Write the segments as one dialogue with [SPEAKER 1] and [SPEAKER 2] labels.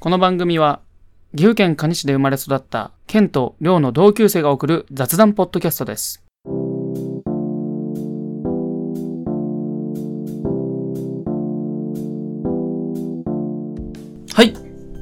[SPEAKER 1] この番組は岐阜県蟹市で生まれ育った県と寮の同級生が送る雑談ポッドキャストです。はい、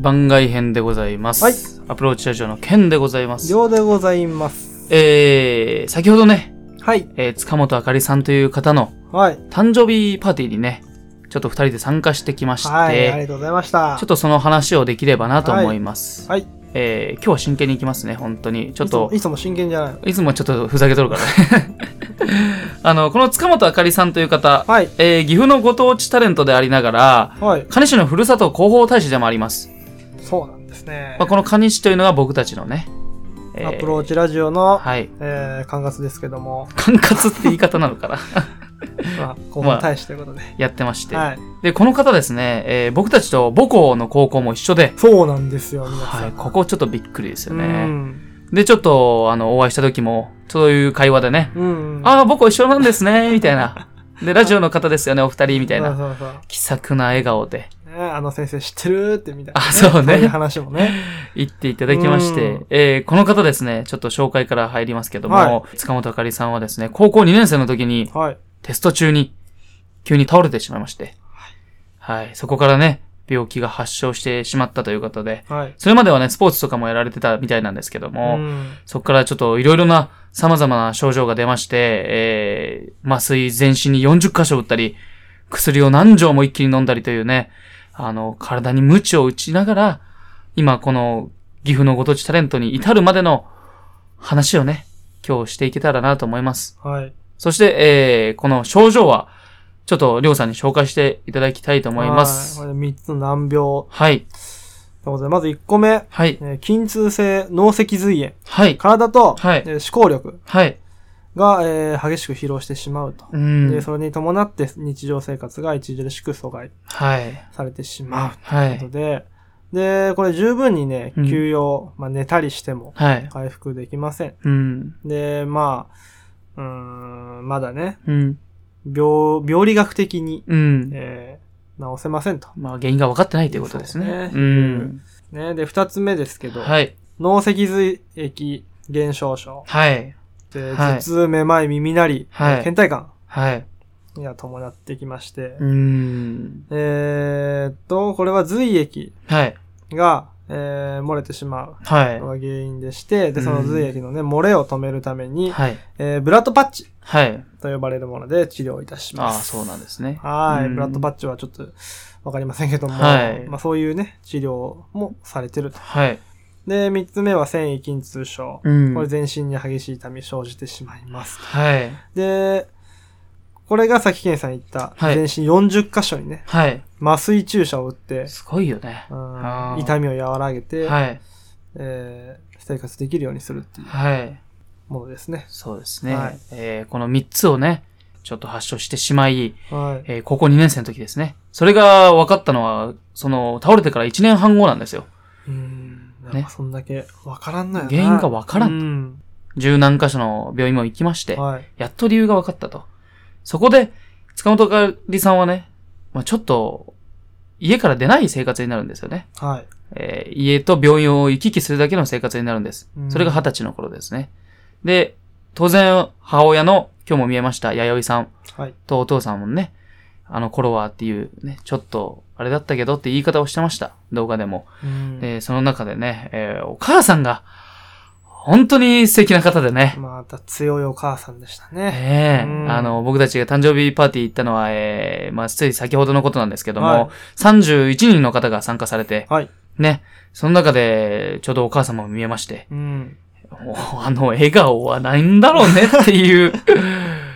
[SPEAKER 1] 番外編でございます。
[SPEAKER 2] はい
[SPEAKER 1] アプローチラジオの県でございます。
[SPEAKER 2] 量でございます。
[SPEAKER 1] えー、先ほどね、
[SPEAKER 2] はい。
[SPEAKER 1] えー塚本あかりさんという方の
[SPEAKER 2] はい。
[SPEAKER 1] 誕生日パーティーにね、ちょっと二人で参加してきまして、
[SPEAKER 2] はい。ありがとうございました。
[SPEAKER 1] ちょっとその話をできればなと思います。
[SPEAKER 2] はいはい
[SPEAKER 1] えー今日は真剣にいきますね、本当に。ちょっ
[SPEAKER 2] いつ
[SPEAKER 1] と
[SPEAKER 2] も、いつも真剣じゃないの。
[SPEAKER 1] いつもちょっとふざけとるから ね。あの、この塚本あかりさんという方、
[SPEAKER 2] はい。
[SPEAKER 1] えー岐阜のご当地タレントでありながら、
[SPEAKER 2] はい。
[SPEAKER 1] 蟹市のふるさと広報大使でもあります。
[SPEAKER 2] そうなんですね。
[SPEAKER 1] まあ、この蟹市というのが僕たちのね、え
[SPEAKER 2] アプロー
[SPEAKER 1] チ。
[SPEAKER 2] チラジオの、
[SPEAKER 1] はい。
[SPEAKER 2] えー、管轄ですけども、
[SPEAKER 1] 管轄って言い方なのかな
[SPEAKER 2] まあ、ここに対してということで。
[SPEAKER 1] やってまして、
[SPEAKER 2] はい。
[SPEAKER 1] で、この方ですね、えー僕たちと母校の高校も一緒で、
[SPEAKER 2] そうなんですよ、皆さ
[SPEAKER 1] はい、
[SPEAKER 2] ん。
[SPEAKER 1] ここちょっとびっくりです
[SPEAKER 2] う
[SPEAKER 1] よね。
[SPEAKER 2] ん。
[SPEAKER 1] で、ちょっと、あの、お会いした時も、そういう会話でね、
[SPEAKER 2] うん。
[SPEAKER 1] ああ、僕一緒なんですね、 みたいな。で、ラジオの方ですよね、お二人、みたい
[SPEAKER 2] そう
[SPEAKER 1] な。
[SPEAKER 2] そうそう。
[SPEAKER 1] 気さくな笑顔で
[SPEAKER 2] ね、あの先生知ってるってみたいな、
[SPEAKER 1] あそうね
[SPEAKER 2] こいう話もね。
[SPEAKER 1] 言っていただきまし
[SPEAKER 2] う
[SPEAKER 1] て
[SPEAKER 2] ん、
[SPEAKER 1] えーこの方ですね、ちょっと紹介から入りますけども、
[SPEAKER 2] は
[SPEAKER 1] 塚本あかりさんはですね、高校2年生の時に、
[SPEAKER 2] はい。
[SPEAKER 1] テスト中に、急に倒れてしまいまして、はい、そこからね、病気が発症してしまったということで、
[SPEAKER 2] はい。
[SPEAKER 1] それまではね、スポーツとかもやられてたみたいなんですけども、
[SPEAKER 2] うん。
[SPEAKER 1] そこからちょっといろいろな様々な症状が出まして、えー、麻酔全身に40箇所打ったり、薬を何錠も一気に飲んだりというね、あの、体に鞭を打ちながら、今この岐阜のご当地タレントに至るまでの話をね、今日していけたらなと思います。
[SPEAKER 2] はい。
[SPEAKER 1] そして、えー、この症状は、ちょっとりょうさんに紹介していただきたいと思います。
[SPEAKER 2] はい。3つの難病でご
[SPEAKER 1] はい、
[SPEAKER 2] ざいます。まず1個目、
[SPEAKER 1] はい、
[SPEAKER 2] えー筋痛性脳脊髄炎。
[SPEAKER 1] はい、
[SPEAKER 2] 体と、
[SPEAKER 1] はい
[SPEAKER 2] えー思考力
[SPEAKER 1] はい、
[SPEAKER 2] が、えー激しく疲労してしまうと。
[SPEAKER 1] う
[SPEAKER 2] で、
[SPEAKER 1] ん、
[SPEAKER 2] それに伴って日常生活が著しく阻害
[SPEAKER 1] はい、
[SPEAKER 2] されてしまう
[SPEAKER 1] は
[SPEAKER 2] というこ
[SPEAKER 1] い、
[SPEAKER 2] とで、で、これ十分にね、
[SPEAKER 1] うん
[SPEAKER 2] 休養、まあ寝たりしても
[SPEAKER 1] はい、
[SPEAKER 2] 回復できません。
[SPEAKER 1] うん、
[SPEAKER 2] で、まあ、うーん、まだね、
[SPEAKER 1] うん、
[SPEAKER 2] 病、病理学的に、
[SPEAKER 1] うん。
[SPEAKER 2] えー治せませんと。
[SPEAKER 1] まあ、原因が分かってないということですね。
[SPEAKER 2] そうね
[SPEAKER 1] ん。
[SPEAKER 2] ね、で、二つ目ですけど、
[SPEAKER 1] はい。
[SPEAKER 2] 脳脊髄液減少症。
[SPEAKER 1] はい。は
[SPEAKER 2] で
[SPEAKER 1] い
[SPEAKER 2] 頭痛、めまい、耳鳴り、
[SPEAKER 1] はい
[SPEAKER 2] 倦怠感
[SPEAKER 1] はい。
[SPEAKER 2] には伴ってきまして、
[SPEAKER 1] うん。
[SPEAKER 2] えーっと、これは髄液
[SPEAKER 1] はい。
[SPEAKER 2] が、えー漏れてしま
[SPEAKER 1] は
[SPEAKER 2] うのが原因でして、で、その髄液のね、漏れを止めるため
[SPEAKER 1] い。
[SPEAKER 2] に、
[SPEAKER 1] はい。
[SPEAKER 2] えーブラッドパッチ
[SPEAKER 1] はい。
[SPEAKER 2] と呼ばれるもので治療いたし
[SPEAKER 1] ああ、
[SPEAKER 2] ます。
[SPEAKER 1] そうなんですね。
[SPEAKER 2] はい。
[SPEAKER 1] うん
[SPEAKER 2] ブラッドパッチはちょっとわかりませんけども、
[SPEAKER 1] はい
[SPEAKER 2] まあそういうね、治療もされてると。
[SPEAKER 1] はい。
[SPEAKER 2] で、三つ目は繊維筋痛症。
[SPEAKER 1] うん。
[SPEAKER 2] これ全身に激しい痛み生じてしまいます。
[SPEAKER 1] はい。
[SPEAKER 2] で、これがさっきケンさん言った、
[SPEAKER 1] はい
[SPEAKER 2] 全身40箇所にね、
[SPEAKER 1] はい。
[SPEAKER 2] 麻酔注射を打って、
[SPEAKER 1] すごいよね。
[SPEAKER 2] うん
[SPEAKER 1] ー
[SPEAKER 2] 痛みを和らげて、
[SPEAKER 1] はい。
[SPEAKER 2] えー生活できるようにするっていう
[SPEAKER 1] はい。
[SPEAKER 2] ものですね。
[SPEAKER 1] そうですね。
[SPEAKER 2] はい
[SPEAKER 1] えーこの3つをね、ちょっと発症してしまい、
[SPEAKER 2] はい。
[SPEAKER 1] えー高校2年生の時ですね。それが分かったのは、その、倒れてから1年半後なんですよ。
[SPEAKER 2] うん。
[SPEAKER 1] ね
[SPEAKER 2] やっぱそんだけわからんのやな。
[SPEAKER 1] 原因がわからん
[SPEAKER 2] ん。
[SPEAKER 1] 十何箇所の病院も行きまして、
[SPEAKER 2] はい。
[SPEAKER 1] やっと理由が分かったと。そこで、塚本あかりさんはね、まあ、ちょっと、家から出ない生活になるんですよね。
[SPEAKER 2] はい。
[SPEAKER 1] えー家と病院を行き来するだけの生活になるんです
[SPEAKER 2] う。ん
[SPEAKER 1] それが二十歳の頃ですね。で、当然、母親の、今日も見えました、弥生さん
[SPEAKER 2] はい。
[SPEAKER 1] とお父さんもね、あの頃はっていうね、ちょっと、あれだったけどって言い方をしてました。動画でも。
[SPEAKER 2] うん
[SPEAKER 1] で、その中でね、えーお母さんが、本当に素敵な方でね。
[SPEAKER 2] また強いお母さんでした
[SPEAKER 1] え
[SPEAKER 2] ね。
[SPEAKER 1] え
[SPEAKER 2] うん
[SPEAKER 1] あの、僕たちが誕生日パーティー行ったのは、ええまあ、つい先ほどのことなんですけども、
[SPEAKER 2] はい
[SPEAKER 1] 31人の方が参加されて、
[SPEAKER 2] はい。
[SPEAKER 1] ね、その中で、ちょうどお母様も見えまして、
[SPEAKER 2] うん。
[SPEAKER 1] もう、あの、笑顔はないんだろうねっていう、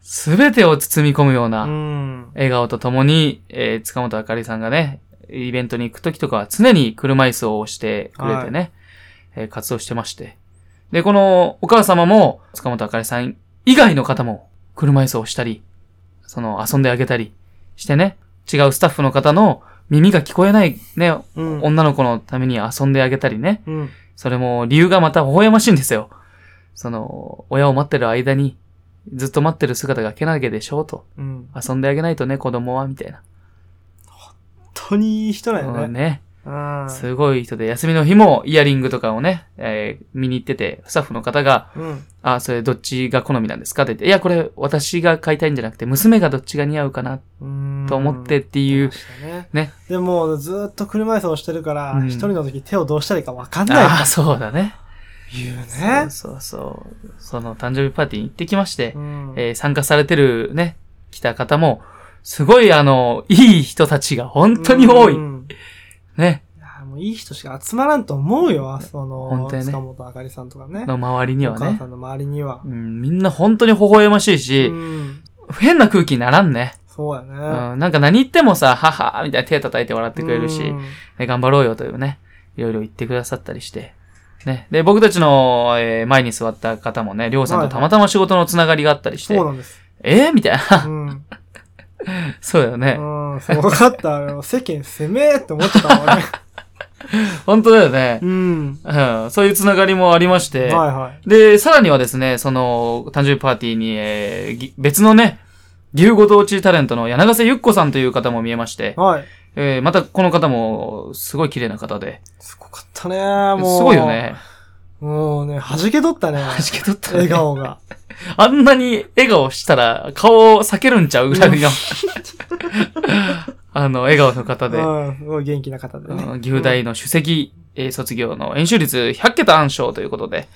[SPEAKER 1] すべてを包み込むよう
[SPEAKER 2] う。
[SPEAKER 1] なん笑顔とともに、えー塚本あかりさんがね、イベントに行くときとかは常に車椅子を押してくれてね、えー活動してまして。で、このお母様も塚本あかりさん以外の方も車椅子を押したり、その遊んであげたりしてね、違うスタッフの方の耳が聞こえないね、
[SPEAKER 2] うん。
[SPEAKER 1] 女の子のために遊んであげたりね、
[SPEAKER 2] うん。
[SPEAKER 1] それも理由がまた微笑ましいんですよ。その、親を待ってる間に、ずっと待ってる姿がけなげでしょうと。
[SPEAKER 2] うん。
[SPEAKER 1] 遊んであげないとね、子供は、みたいな。
[SPEAKER 2] 本当にいい人だ
[SPEAKER 1] そ
[SPEAKER 2] よ
[SPEAKER 1] う
[SPEAKER 2] ね。
[SPEAKER 1] ね。
[SPEAKER 2] うん。
[SPEAKER 1] すごい人で、休みの日もイヤリングとかをね、えー見に行ってて、スタッフの方が、
[SPEAKER 2] うん。
[SPEAKER 1] あ、それどっちが好みなんですかって言って、いや、これ私が買いたいんじゃなくて、娘がどっちが似合うかな
[SPEAKER 2] うん
[SPEAKER 1] と思ってっていう
[SPEAKER 2] ま、したね。
[SPEAKER 1] ね
[SPEAKER 2] でも、ずーっと車椅子をしてるから、
[SPEAKER 1] うん
[SPEAKER 2] 一人の時手をどうしたらいいかわかんない
[SPEAKER 1] ああ、そうだね。
[SPEAKER 2] という
[SPEAKER 1] そ
[SPEAKER 2] ね
[SPEAKER 1] う。そうそう。その誕生日パーティーに行ってきまして、
[SPEAKER 2] うん
[SPEAKER 1] えー参加されてるね、来た方も、すごいあの、いい人たちが本当に多い。
[SPEAKER 2] うん
[SPEAKER 1] ね、
[SPEAKER 2] いやもういい人しか集まらんと思うよ、その
[SPEAKER 1] 本、当やね
[SPEAKER 2] 塚本あかりさんとかね。
[SPEAKER 1] の周りに
[SPEAKER 2] お
[SPEAKER 1] は
[SPEAKER 2] 母
[SPEAKER 1] ね
[SPEAKER 2] さ。んの周りには
[SPEAKER 1] う。ん、みんな本当に微笑ましいうし、
[SPEAKER 2] ん。
[SPEAKER 1] 変な空気にならんね。
[SPEAKER 2] そうやね。
[SPEAKER 1] うん、なんか何言ってもさ、ははみたいな手叩いて笑ってくれるし、
[SPEAKER 2] うん
[SPEAKER 1] ね頑張ろうよというね、いろいろ言ってくださったりして。ね。で、僕たちの、えー前に座った方もね、りょうさんとたまたま仕事のつながりがあったりして、
[SPEAKER 2] そうなんです。
[SPEAKER 1] えーみたいな。
[SPEAKER 2] うん。
[SPEAKER 1] そうだよね。
[SPEAKER 2] うん。すごかった。あの世間攻めーって思ってたもん ね。
[SPEAKER 1] 本当だよね
[SPEAKER 2] う。ん。
[SPEAKER 1] うん、そういうつながりもありまして、
[SPEAKER 2] はいはい。
[SPEAKER 1] で、さらにはですね、その、誕生日パーティーに、えーぎ別のね、牛ご当地タレントの柳瀬ゆっこさんという方も見えまして、
[SPEAKER 2] はい。
[SPEAKER 1] えーまたこの方も、すごい綺麗な方で、
[SPEAKER 2] すごかったね、もう。
[SPEAKER 1] すごいよ。ね。
[SPEAKER 2] もうね、弾け取ったね。
[SPEAKER 1] 弾け取った、ね。
[SPEAKER 2] 笑顔が。
[SPEAKER 1] あんなに笑顔したら、顔を避けるんちゃうぐらいの、 あの、笑顔の方で、
[SPEAKER 2] うん、すごい元気な方でね。
[SPEAKER 1] うん牛大の首席、えー卒業の演習率100桁暗唱ということで、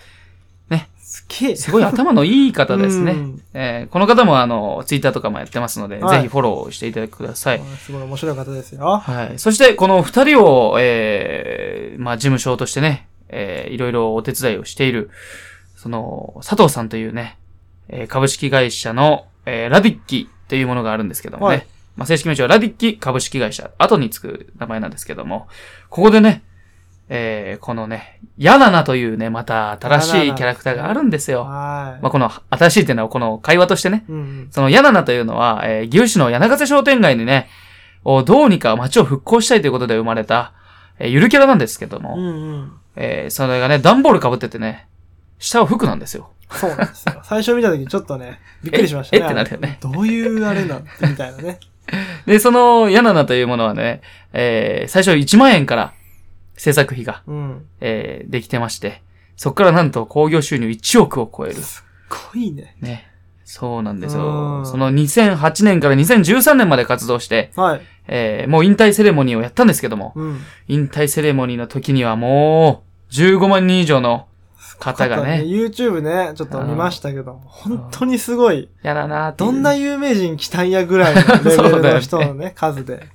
[SPEAKER 2] すっげえ。
[SPEAKER 1] すごい頭のいい方ですね。
[SPEAKER 2] うん
[SPEAKER 1] えーこの方もあの、ツイッターとかもやってますので、
[SPEAKER 2] はい
[SPEAKER 1] ぜひフォローしていただいてください。
[SPEAKER 2] すごい面白い方ですよ。
[SPEAKER 1] はい。そして、この二人を、えーまあ、事務所としてね、えーいろいろお手伝いをしている、その、佐藤さんというね、えー株式会社の、えーラディッキというものがあるんですけどもね。
[SPEAKER 2] はい
[SPEAKER 1] まあ、正式名称はラディッキ株式会社、後につく名前なんですけども、ここでね、えーこのね、ヤナナというね、また新しいキャラクターがあるんですよ。
[SPEAKER 2] はい。
[SPEAKER 1] まあ、この、新しいっていうのはこの会話としてね、
[SPEAKER 2] うんうん。
[SPEAKER 1] その柳名というのは、えー岐阜市の柳ヶ瀬商店街にね、をどうにか街を復興したいということで生まれた、えーゆるキャラなんですけども、
[SPEAKER 2] うんうん。
[SPEAKER 1] えーそれがね、段ボール被っててね、下は服なんですよ。
[SPEAKER 2] そうなんですよ。最初見た時ちょっとね、びっくりしましたね。
[SPEAKER 1] ええってなるよね
[SPEAKER 2] あれどういうあれなんてみたいなね。
[SPEAKER 1] で、その柳名というものはね、えー最初1万円から制作費が、
[SPEAKER 2] うん。
[SPEAKER 1] えーできてまして、そこからなんと興行収入1億を超える。
[SPEAKER 2] 濃いね。
[SPEAKER 1] ね。そうなんです
[SPEAKER 2] う
[SPEAKER 1] よ。
[SPEAKER 2] ん
[SPEAKER 1] その2008年から2013年まで活動して、
[SPEAKER 2] はい。
[SPEAKER 1] えーもう引退セレモニーをやったんですけども、
[SPEAKER 2] うん。
[SPEAKER 1] 引退セレモニーの時にはもう、15万人以上の方がね、
[SPEAKER 2] YouTube ね、ちょっと見ましたけど、本当にすごい。
[SPEAKER 1] やだなーっていう
[SPEAKER 2] どんな有名人来たんやぐらいのレベルの人のね、数で。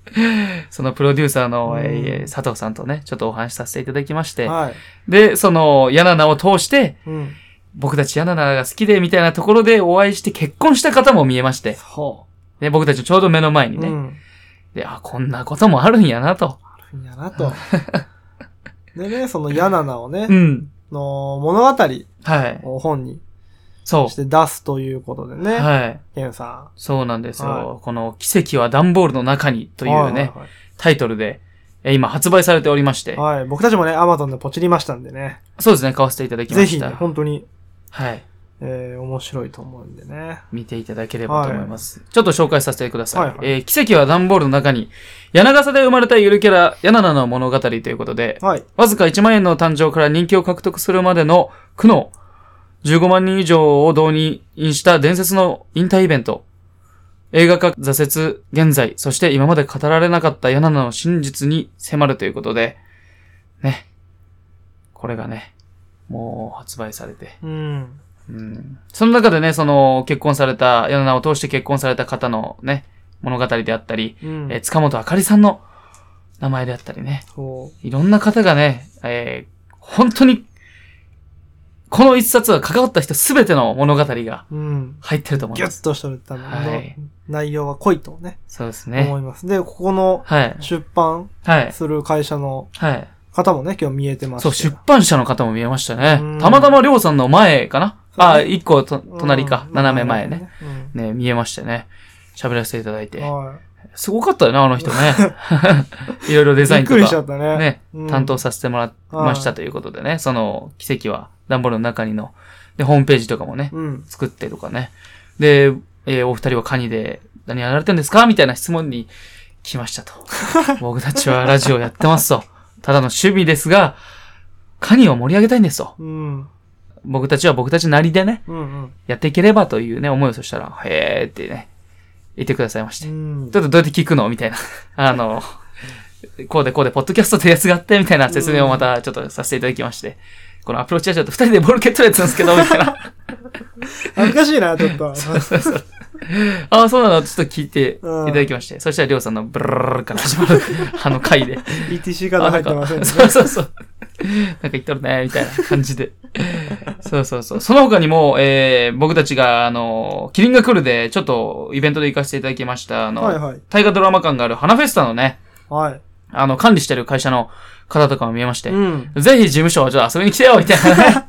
[SPEAKER 1] そのプロデューサーの、
[SPEAKER 2] うん
[SPEAKER 1] えー佐藤さんとね、ちょっとお話しさせていただきまして、
[SPEAKER 2] はい。
[SPEAKER 1] で、その、ヤナナを通して、
[SPEAKER 2] うん。
[SPEAKER 1] 僕たちヤナナが好きで、みたいなところでお会いして結婚した方も見えまして、
[SPEAKER 2] そ
[SPEAKER 1] で、僕たちちょうど目の前
[SPEAKER 2] う。
[SPEAKER 1] に
[SPEAKER 2] う
[SPEAKER 1] ね、
[SPEAKER 2] ん。
[SPEAKER 1] で、あ、こんなこともあるんやなと。
[SPEAKER 2] やなと。でね、そのヤナナをね
[SPEAKER 1] う、ん。
[SPEAKER 2] の物語
[SPEAKER 1] はい。
[SPEAKER 2] を本に
[SPEAKER 1] そ
[SPEAKER 2] して出すということで
[SPEAKER 1] う。
[SPEAKER 2] ね、
[SPEAKER 1] はい。
[SPEAKER 2] ケンさん。
[SPEAKER 1] そうなんですよ。
[SPEAKER 2] は
[SPEAKER 1] この、奇跡は段ボールの中にというね、
[SPEAKER 2] はい
[SPEAKER 1] タイトルで、えー今発売されておりまして、
[SPEAKER 2] はいはい。はい。僕たちもね、アマゾンでポチりましたんでね。
[SPEAKER 1] そうですね、買わせていただきま
[SPEAKER 2] ぜ
[SPEAKER 1] した。
[SPEAKER 2] ひね、本当に、
[SPEAKER 1] はい。
[SPEAKER 2] えー、面白いと思うんでね。
[SPEAKER 1] 見ていただければと思います。ちょっと紹介させてください。
[SPEAKER 2] はいはい
[SPEAKER 1] えー奇跡は段ボールの中に、柳笠で生まれたゆるキャラ、ヤナナの物語ということで、
[SPEAKER 2] はい。
[SPEAKER 1] わずか1万円の誕生から人気を獲得するまでの苦悩、15万人以上を動員した伝説の引退イベント、映画化挫折、現在、そして今まで語られなかったヤナナの真実に迫るということで、ね。これがね、もう発売されて、
[SPEAKER 2] うん。
[SPEAKER 1] うんその中でね、その結婚された、柳名を通して結婚された方のね、物語であったり、
[SPEAKER 2] うん。
[SPEAKER 1] えー塚本あかりさんの名前であったりね、
[SPEAKER 2] そ
[SPEAKER 1] いろんな方がね、えー本当に、この一冊は関わった人すべての物語が
[SPEAKER 2] う。うん。
[SPEAKER 1] 入ってると思い
[SPEAKER 2] ギュ
[SPEAKER 1] ます。
[SPEAKER 2] ッとしとるための、
[SPEAKER 1] はい
[SPEAKER 2] 内容は濃いとね、
[SPEAKER 1] そうです
[SPEAKER 2] 思
[SPEAKER 1] ね。
[SPEAKER 2] います。で、ここの
[SPEAKER 1] はい。
[SPEAKER 2] 出版
[SPEAKER 1] はい。
[SPEAKER 2] する会社の
[SPEAKER 1] はい。
[SPEAKER 2] 方もね、今日見えてます
[SPEAKER 1] そう、出版社の方も見えました
[SPEAKER 2] う
[SPEAKER 1] ね。
[SPEAKER 2] ん
[SPEAKER 1] たまたまりょうさんの前かなあ、
[SPEAKER 2] そうね
[SPEAKER 1] 一個と隣か、斜め前ね。。
[SPEAKER 2] うん
[SPEAKER 1] ね、見えましてね。喋らせていただいて。
[SPEAKER 2] は
[SPEAKER 1] すごかったよな、あの人ね。 いろいろデ
[SPEAKER 2] い。
[SPEAKER 1] ザイ
[SPEAKER 2] びっ
[SPEAKER 1] ンと
[SPEAKER 2] くりしちゃ
[SPEAKER 1] か、
[SPEAKER 2] ったね。
[SPEAKER 1] ね、
[SPEAKER 2] うん
[SPEAKER 1] 担当させてもらいましたということでね、その奇跡は、段ボールの中にの、で、ホームページとかもね、
[SPEAKER 2] うん。
[SPEAKER 1] 作ってとかね。で、えーお二人はカニで 何やられてるんですかみたいな質問に来ましたと。僕たちはラジオやってますと。ただの趣味ですが、カニを盛り上げたいんですと。
[SPEAKER 2] うん。
[SPEAKER 1] 僕たちは僕たちなりでね、
[SPEAKER 2] うんうん。
[SPEAKER 1] やっていければというね、思いをそしたら、へーってね、言ってくださいまして。ち
[SPEAKER 2] うん
[SPEAKER 1] ょっとどうやって聞くのみたいな。あの、こうでこうで、ポッドキャストってやつがあって、みたいな説明をまたちょっとさせていただきまして。このアプローチはちょっと二人でボール蹴っとるやつなんですけど、みたいな。
[SPEAKER 2] 恥ずかしいな、ちょ っと。
[SPEAKER 1] ああ、そうなのちょっと聞いてい
[SPEAKER 2] うん
[SPEAKER 1] ただきまして。そしたら、りょうさんのブルルルルから始まる、あの回で。
[SPEAKER 2] ETC カード入ってません
[SPEAKER 1] あ
[SPEAKER 2] ね。
[SPEAKER 1] なんかそうそうそう。なんか言っとるね、みたいな感じで。そうそうそう。その他にも、えー、僕たちが、あの、キリンが来るで、ちょっとイベントで行かせていただきました、あの、
[SPEAKER 2] はいはい。
[SPEAKER 1] 大河ドラマ館がある花フェスタのね、
[SPEAKER 2] はい。
[SPEAKER 1] あの、管理してる会社の方とかも見えまして、
[SPEAKER 2] うん。
[SPEAKER 1] ぜひ事務所をちょっと遊びに来てよみたい なね。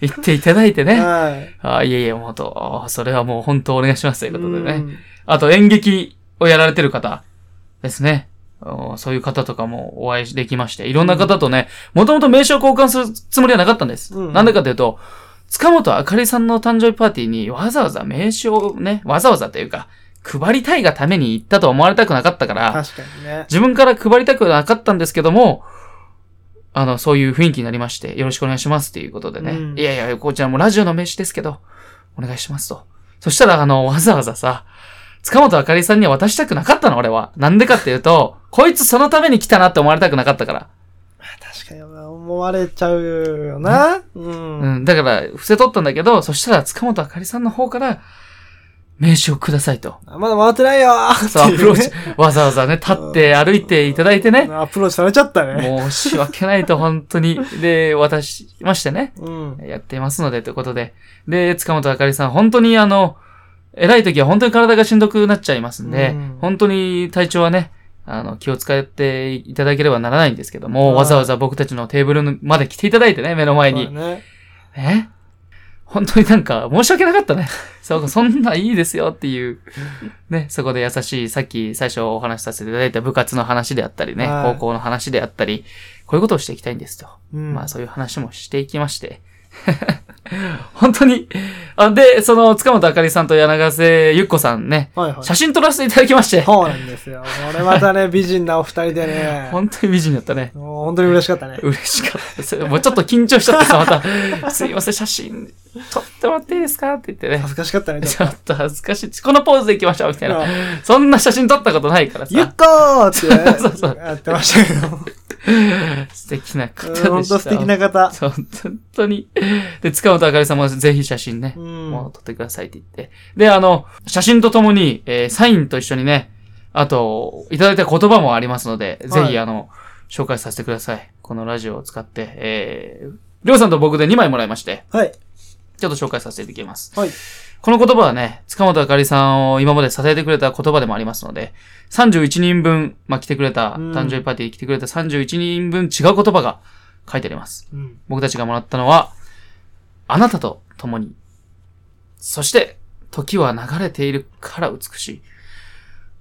[SPEAKER 1] 言っていただいてね。
[SPEAKER 2] はい。
[SPEAKER 1] あいえいえ、もうほんと、あそれはもう本当お願いしますということでね。
[SPEAKER 2] うん
[SPEAKER 1] あと演劇をやられてる方ですね。おそういう方とかもお会いできまして、いろんな方とね、もともと名刺を交換するつもりはなかったんです。
[SPEAKER 2] うん
[SPEAKER 1] なんでかというと、塚本あかりさんの誕生日パーティーにわざわざ名刺をね、わざわざというか、配りたいがために行ったと思われたくなかったから、
[SPEAKER 2] 確かにね。
[SPEAKER 1] 自分から配りたくなかったんですけども、あの、そういう雰囲気になりまして、よろしくお願いしますっていうことでね。
[SPEAKER 2] うん
[SPEAKER 1] いやいや、こちらもラジオの名刺ですけど、お願いしますと。そしたら、あの、わざわざさ、塚本あかりさんには渡したくなかったの、俺は。なんでかっていうと、こいつそのために来たなって思われたくなかったから。
[SPEAKER 2] 確かに思われちゃうよな。うん。
[SPEAKER 1] うん、だから、伏せとったんだけど、そしたら塚本あかりさんの方から、名刺をくださいと。
[SPEAKER 2] まだ回ってないよー
[SPEAKER 1] そう、ア
[SPEAKER 2] って
[SPEAKER 1] プ
[SPEAKER 2] い
[SPEAKER 1] ロ
[SPEAKER 2] う
[SPEAKER 1] ー
[SPEAKER 2] ね
[SPEAKER 1] チ、わざわざね、立って歩いていただいてね。
[SPEAKER 2] アプローチされちゃったね。
[SPEAKER 1] 申し訳ないと、本当に。で、渡しましてね。
[SPEAKER 2] うん。
[SPEAKER 1] やってますので、ということで。で、塚本あかりさん、本当にあの、偉い時は本当に体がしんどくなっちゃいますんで、
[SPEAKER 2] うん
[SPEAKER 1] 本当に体調はね、あの、気を使っていただければならないんですけども、
[SPEAKER 2] はい
[SPEAKER 1] わざわざ僕たちのテーブルまで来ていただいてね、目の前に。
[SPEAKER 2] そうだね。
[SPEAKER 1] え本当になんか、申し訳なかったね。 そうか、そんないいですよっていう。ね、そこで優しい、さっき最初お話しさせていただいた部活の話であったりね、
[SPEAKER 2] はい
[SPEAKER 1] 高校の話であったり、こういうことをしていきたいんですと。
[SPEAKER 2] うん。
[SPEAKER 1] まあそういう話もしていきまして。 本当に。あで、その、塚本あかりさんと柳瀬ゆっこさんね、
[SPEAKER 2] はいはい。
[SPEAKER 1] 写真撮らせていただきまして、
[SPEAKER 2] そうなんですよ。これまたね、美人なお二人で ね。
[SPEAKER 1] 本当に美人だったね。
[SPEAKER 2] もう本当に嬉しかったね。
[SPEAKER 1] 嬉しかった です。もうちょっと緊張しちゃってさ、ま た、すいません、写真撮ってもらっていいですかって言ってね
[SPEAKER 2] 恥。ずかしかったね。
[SPEAKER 1] ちょっと恥ずかしい。このポーズで行きましょう、みたいな。そんな写真撮ったことないから
[SPEAKER 2] ゆっ
[SPEAKER 1] さ。
[SPEAKER 2] こーってね、
[SPEAKER 1] そうそう
[SPEAKER 2] やってましたけど。 うん
[SPEAKER 1] 素敵な方でした。
[SPEAKER 2] 本当素敵な方。
[SPEAKER 1] そう本当に。で、塚本あかりさんもぜひ写真ね
[SPEAKER 2] う、。
[SPEAKER 1] もうん撮ってくださいって言って。で、あの、写真とともに、えーサインと一緒にね、あと、いただいた言葉もありますので、
[SPEAKER 2] はい
[SPEAKER 1] ぜひ、あの、紹介させてください。このラジオを使って、えー、りょうさんと僕で2枚もらいまして、
[SPEAKER 2] はい。
[SPEAKER 1] ちょっと紹介させていただきます。
[SPEAKER 2] はい。
[SPEAKER 1] この言葉はね、塚本あかりさんを今まで支えてくれた言葉でもありますので、31人分、まあ、来てくれた、
[SPEAKER 2] うん
[SPEAKER 1] 誕生日パーティーに来てくれた31人分違う言葉が書いてあります。
[SPEAKER 2] うん。
[SPEAKER 1] 僕たちがもらったのは、あなたと共に。そして、時は流れているから美しい。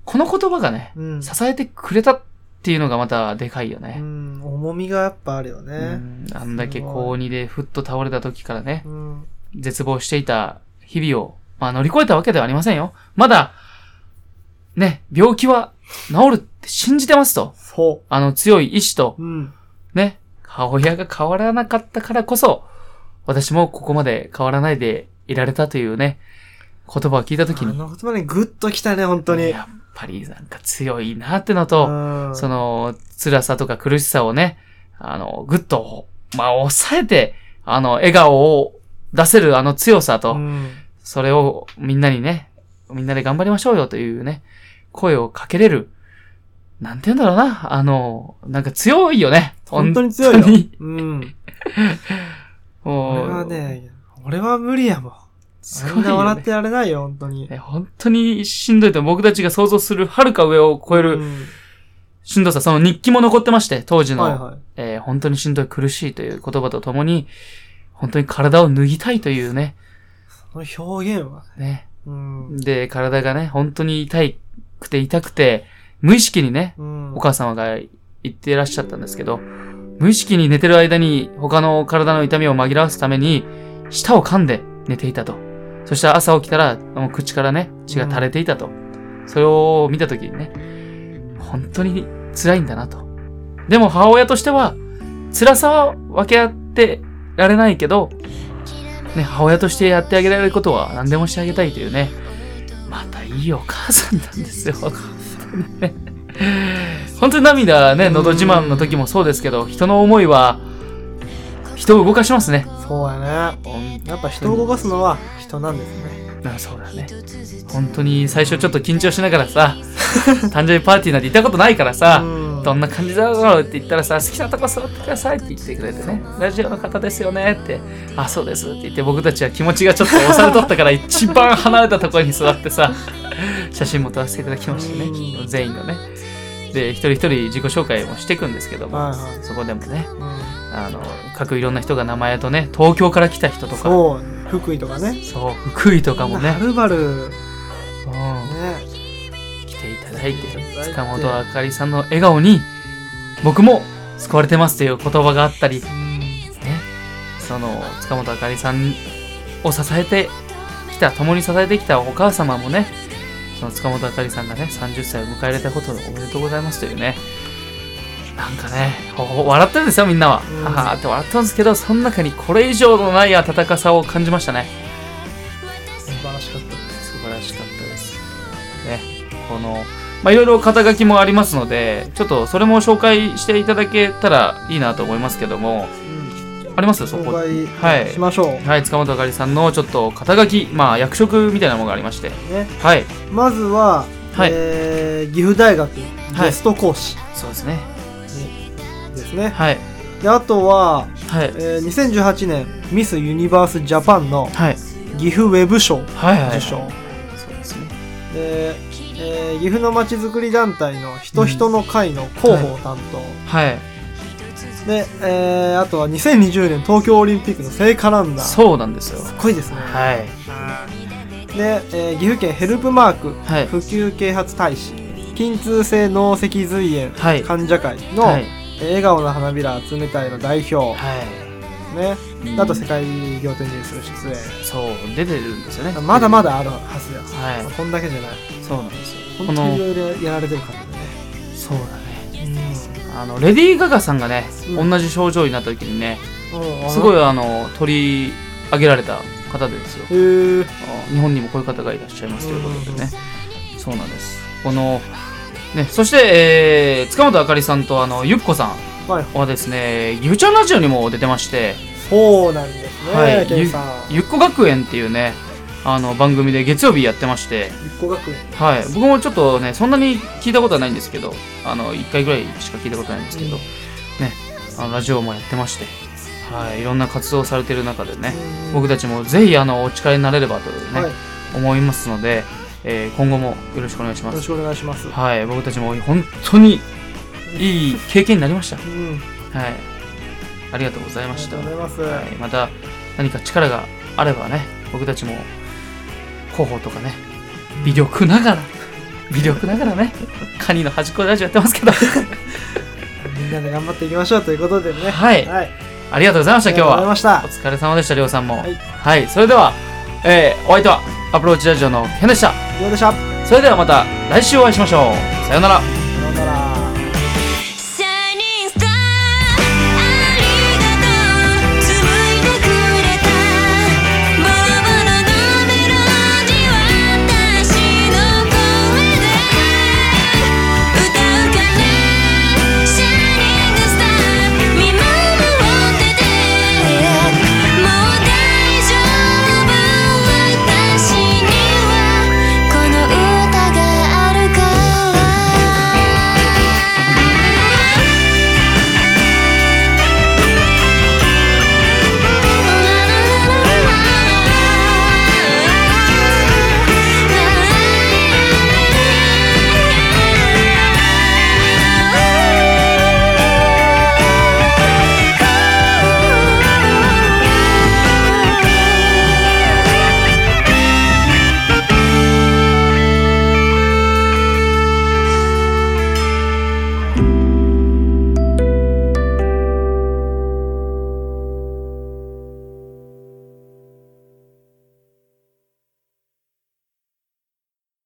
[SPEAKER 1] この言葉がね、
[SPEAKER 2] うん。
[SPEAKER 1] 支えてくれたっていうのがまたでかいよ
[SPEAKER 2] う
[SPEAKER 1] ね。
[SPEAKER 2] ん。重みがやっぱあるよ
[SPEAKER 1] う
[SPEAKER 2] ね。
[SPEAKER 1] んあんだけ
[SPEAKER 2] すごい
[SPEAKER 1] 高2でふっと倒れた時からね、
[SPEAKER 2] うん。
[SPEAKER 1] 絶望していた日々を、まあ乗り越えたわけではありませんよ。まだ、ね、病気は治るって信じてますと。
[SPEAKER 2] そ
[SPEAKER 1] あの強い意志と
[SPEAKER 2] う。うん。
[SPEAKER 1] ね、母親が変わらなかったからこそ、私もここまで変わらないでいられたというね、言葉を聞いたとき
[SPEAKER 2] あ
[SPEAKER 1] に、
[SPEAKER 2] の言葉ね、グッときたね、本当に。
[SPEAKER 1] やっぱりなんか強いなってのと、
[SPEAKER 2] うん
[SPEAKER 1] その辛さとか苦しさをね、あの、ぐっと、まあ、抑えて、あの、笑顔を出せるあの強さと、
[SPEAKER 2] うん
[SPEAKER 1] それをみんなにね、みんなで頑張りましょうよというね、声をかけれる。なんて言うんだろうな。あの、なんか強いよね。
[SPEAKER 2] 本当に強いよ
[SPEAKER 1] 本当に。
[SPEAKER 2] うん。
[SPEAKER 1] も
[SPEAKER 2] 俺
[SPEAKER 1] う
[SPEAKER 2] はね、俺は無理やもん。
[SPEAKER 1] す
[SPEAKER 2] あ
[SPEAKER 1] ご
[SPEAKER 2] ん
[SPEAKER 1] い
[SPEAKER 2] な
[SPEAKER 1] よ
[SPEAKER 2] 笑っ
[SPEAKER 1] ね。
[SPEAKER 2] てられないよ、本当に。
[SPEAKER 1] ね本当にしんどいと、僕たちが想像するはるか上を超え
[SPEAKER 2] う
[SPEAKER 1] る
[SPEAKER 2] ん
[SPEAKER 1] しんどさ、その日記も残ってまして、当時の、
[SPEAKER 2] はいはい。
[SPEAKER 1] えー本当にしんどい苦しいという言葉とともに、本当に体を脱ぎたいというね、
[SPEAKER 2] この表現は。
[SPEAKER 1] ね。
[SPEAKER 2] うん。
[SPEAKER 1] で、体がね、本当に痛くて痛くて、無意識にね、
[SPEAKER 2] うん
[SPEAKER 1] お母様が言ってらっしゃったんですけど、無意識に寝てる間に他の体の痛みを紛らわすために、舌を噛んで寝ていたと。そして朝起きたら、もう口からね、血が垂れていたと。それを見たときにね、本当に辛いんだなと。でも母親としては、辛さは分け合ってられないけど、ね、母親としてやってあげられることは何でもしてあげたいというね、またいいお母さんなんですよ。本当にね本当に涙ね、のど自慢の時もそうですけど、人の思いは、人を動かしますね。
[SPEAKER 2] そうやね。やっぱ人を動かすのは人なんですね。
[SPEAKER 1] あそうだね本当に最初ちょっと緊張しながらさ 誕生日パーティーなんて行ったことないからさ、
[SPEAKER 2] うん
[SPEAKER 1] どんな感じだろうって言ったらさ好きなとこ座ってくださいって言ってくれてねラジオの方ですよねってあそうですって言って僕たちは気持ちがちょっと押されとったから一番離れたところに座ってさ写真も撮らせていただきましたね
[SPEAKER 2] うん
[SPEAKER 1] 全員のねで一人一人自己紹介もしていくんですけども、
[SPEAKER 2] はいはい
[SPEAKER 1] そこでもね
[SPEAKER 2] うん
[SPEAKER 1] あの各いろんな人が名前とね東京から来た人とかそう
[SPEAKER 2] そう、福井とかね。
[SPEAKER 1] 福井とかもね
[SPEAKER 2] は、るばる、ね。
[SPEAKER 1] うん来ていただいて
[SPEAKER 2] 来てい
[SPEAKER 1] 塚
[SPEAKER 2] ただいて
[SPEAKER 1] 本あかりさんの笑顔に僕も救われてますという言葉があったり、ね、その塚本あかりさんを支えてきた共に支えてきたお母様もねその塚本あかりさんがね30歳を迎えられたことをおめでとうございますというねなんかねほほ笑ってるんですよみんなは、
[SPEAKER 2] うん
[SPEAKER 1] ははーって笑ってたんですけどその中にこれ以上のない温かさを感じましたね
[SPEAKER 2] 素晴らしかった。
[SPEAKER 1] 素晴らしかったです。ね、この、まあ、いろいろ肩書きもありますので、ちょっとそれも紹介していただけたらいいなと思いますけども、ありますそこ。
[SPEAKER 2] 紹
[SPEAKER 1] はい
[SPEAKER 2] 介しましょう。
[SPEAKER 1] はい、塚本あかりさんのちょっと肩書き、まあ、役職みたいなものがありまして、
[SPEAKER 2] ね、
[SPEAKER 1] はい、
[SPEAKER 2] まずは、
[SPEAKER 1] はい
[SPEAKER 2] えー岐阜大学ゲスト講師
[SPEAKER 1] そうですね。
[SPEAKER 2] ですね。
[SPEAKER 1] はい、
[SPEAKER 2] であとは、
[SPEAKER 1] はい、
[SPEAKER 2] えー2018年ミス・ユニバース・ジャパンの
[SPEAKER 1] はい、
[SPEAKER 2] 岐阜ウェブ賞
[SPEAKER 1] はい、はい。
[SPEAKER 2] 受賞、
[SPEAKER 1] そうですね。
[SPEAKER 2] で、えー岐阜のまちづくり団体の人人の会の広報担当、
[SPEAKER 1] はい、
[SPEAKER 2] で、えーあとは2020年東京オリンピックの聖火ランナーす
[SPEAKER 1] そうなんですよ。
[SPEAKER 2] ごいですね、
[SPEAKER 1] はい、
[SPEAKER 2] で、えー岐阜県ヘルプマーク
[SPEAKER 1] はい、
[SPEAKER 2] 普及啓発大使筋痛性脳脊髄炎
[SPEAKER 1] はい、
[SPEAKER 2] 患者会の、
[SPEAKER 1] はい、
[SPEAKER 2] えー笑顔の花びら集め会の代表、
[SPEAKER 1] は
[SPEAKER 2] ね
[SPEAKER 1] い。
[SPEAKER 2] あと世界仰天ニュースの出
[SPEAKER 1] そう、出てるんですよね。
[SPEAKER 2] 演まだまだあるはずや、
[SPEAKER 1] はい
[SPEAKER 2] まあこんだけじゃない
[SPEAKER 1] そうなんですよ。
[SPEAKER 2] 本当にいろいろやられてるからね
[SPEAKER 1] そうだね。あのレディー・ガガさんがね、
[SPEAKER 2] うん
[SPEAKER 1] 同じ症状になった時にね
[SPEAKER 2] うんうん
[SPEAKER 1] すご
[SPEAKER 2] へ
[SPEAKER 1] いあの取り上げられた方ですよ
[SPEAKER 2] ー
[SPEAKER 1] 日本にもこういう方がいらっしゃいますということでねそうなんですこのねそして、えー塚本あかりさんとあのゆっこさ
[SPEAKER 2] はい
[SPEAKER 1] んはですねゆうちゃんラジオにも出てまして
[SPEAKER 2] そうなんですね、
[SPEAKER 1] はい
[SPEAKER 2] ケンさん
[SPEAKER 1] ゆっこ学園っていうねあの番組で月曜日やってまして
[SPEAKER 2] 一個学園
[SPEAKER 1] はい、僕もちょっとね、そんなに聞いたことはないんですけど、あの、1回ぐらいしか聞いたことないんですけど、ね、あの、ラジオもやってまして、はい、いろんな活動をされてる中でね、僕たちもぜひ、あの、お力になれればとね、
[SPEAKER 2] はいよ
[SPEAKER 1] 思いますので、えー今後もよろしくお願いしま
[SPEAKER 2] ろし
[SPEAKER 1] す。
[SPEAKER 2] くお願いします、
[SPEAKER 1] はい、僕たちも本当にいい経験になりました。
[SPEAKER 2] うん
[SPEAKER 1] はい、ありがとうござい
[SPEAKER 2] あ
[SPEAKER 1] ま
[SPEAKER 2] り
[SPEAKER 1] し
[SPEAKER 2] がと
[SPEAKER 1] た。
[SPEAKER 2] うございます、
[SPEAKER 1] はい、また何か力があればね僕たちも広報とかね微力ながら微力ながらねカニの端っこラジオやってます けど
[SPEAKER 2] みんなで頑張っていきましょうということでね
[SPEAKER 1] はい
[SPEAKER 2] はい、
[SPEAKER 1] ありがとうございました今日
[SPEAKER 2] あり
[SPEAKER 1] は
[SPEAKER 2] がとうござい
[SPEAKER 1] お
[SPEAKER 2] まし
[SPEAKER 1] 疲れ様でしたりょうさんもは
[SPEAKER 2] はい
[SPEAKER 1] い、それでは、えーお相手はアプローチラジオのケンでした
[SPEAKER 2] たどうでした
[SPEAKER 1] それではまた来週お会いしましょうさようなら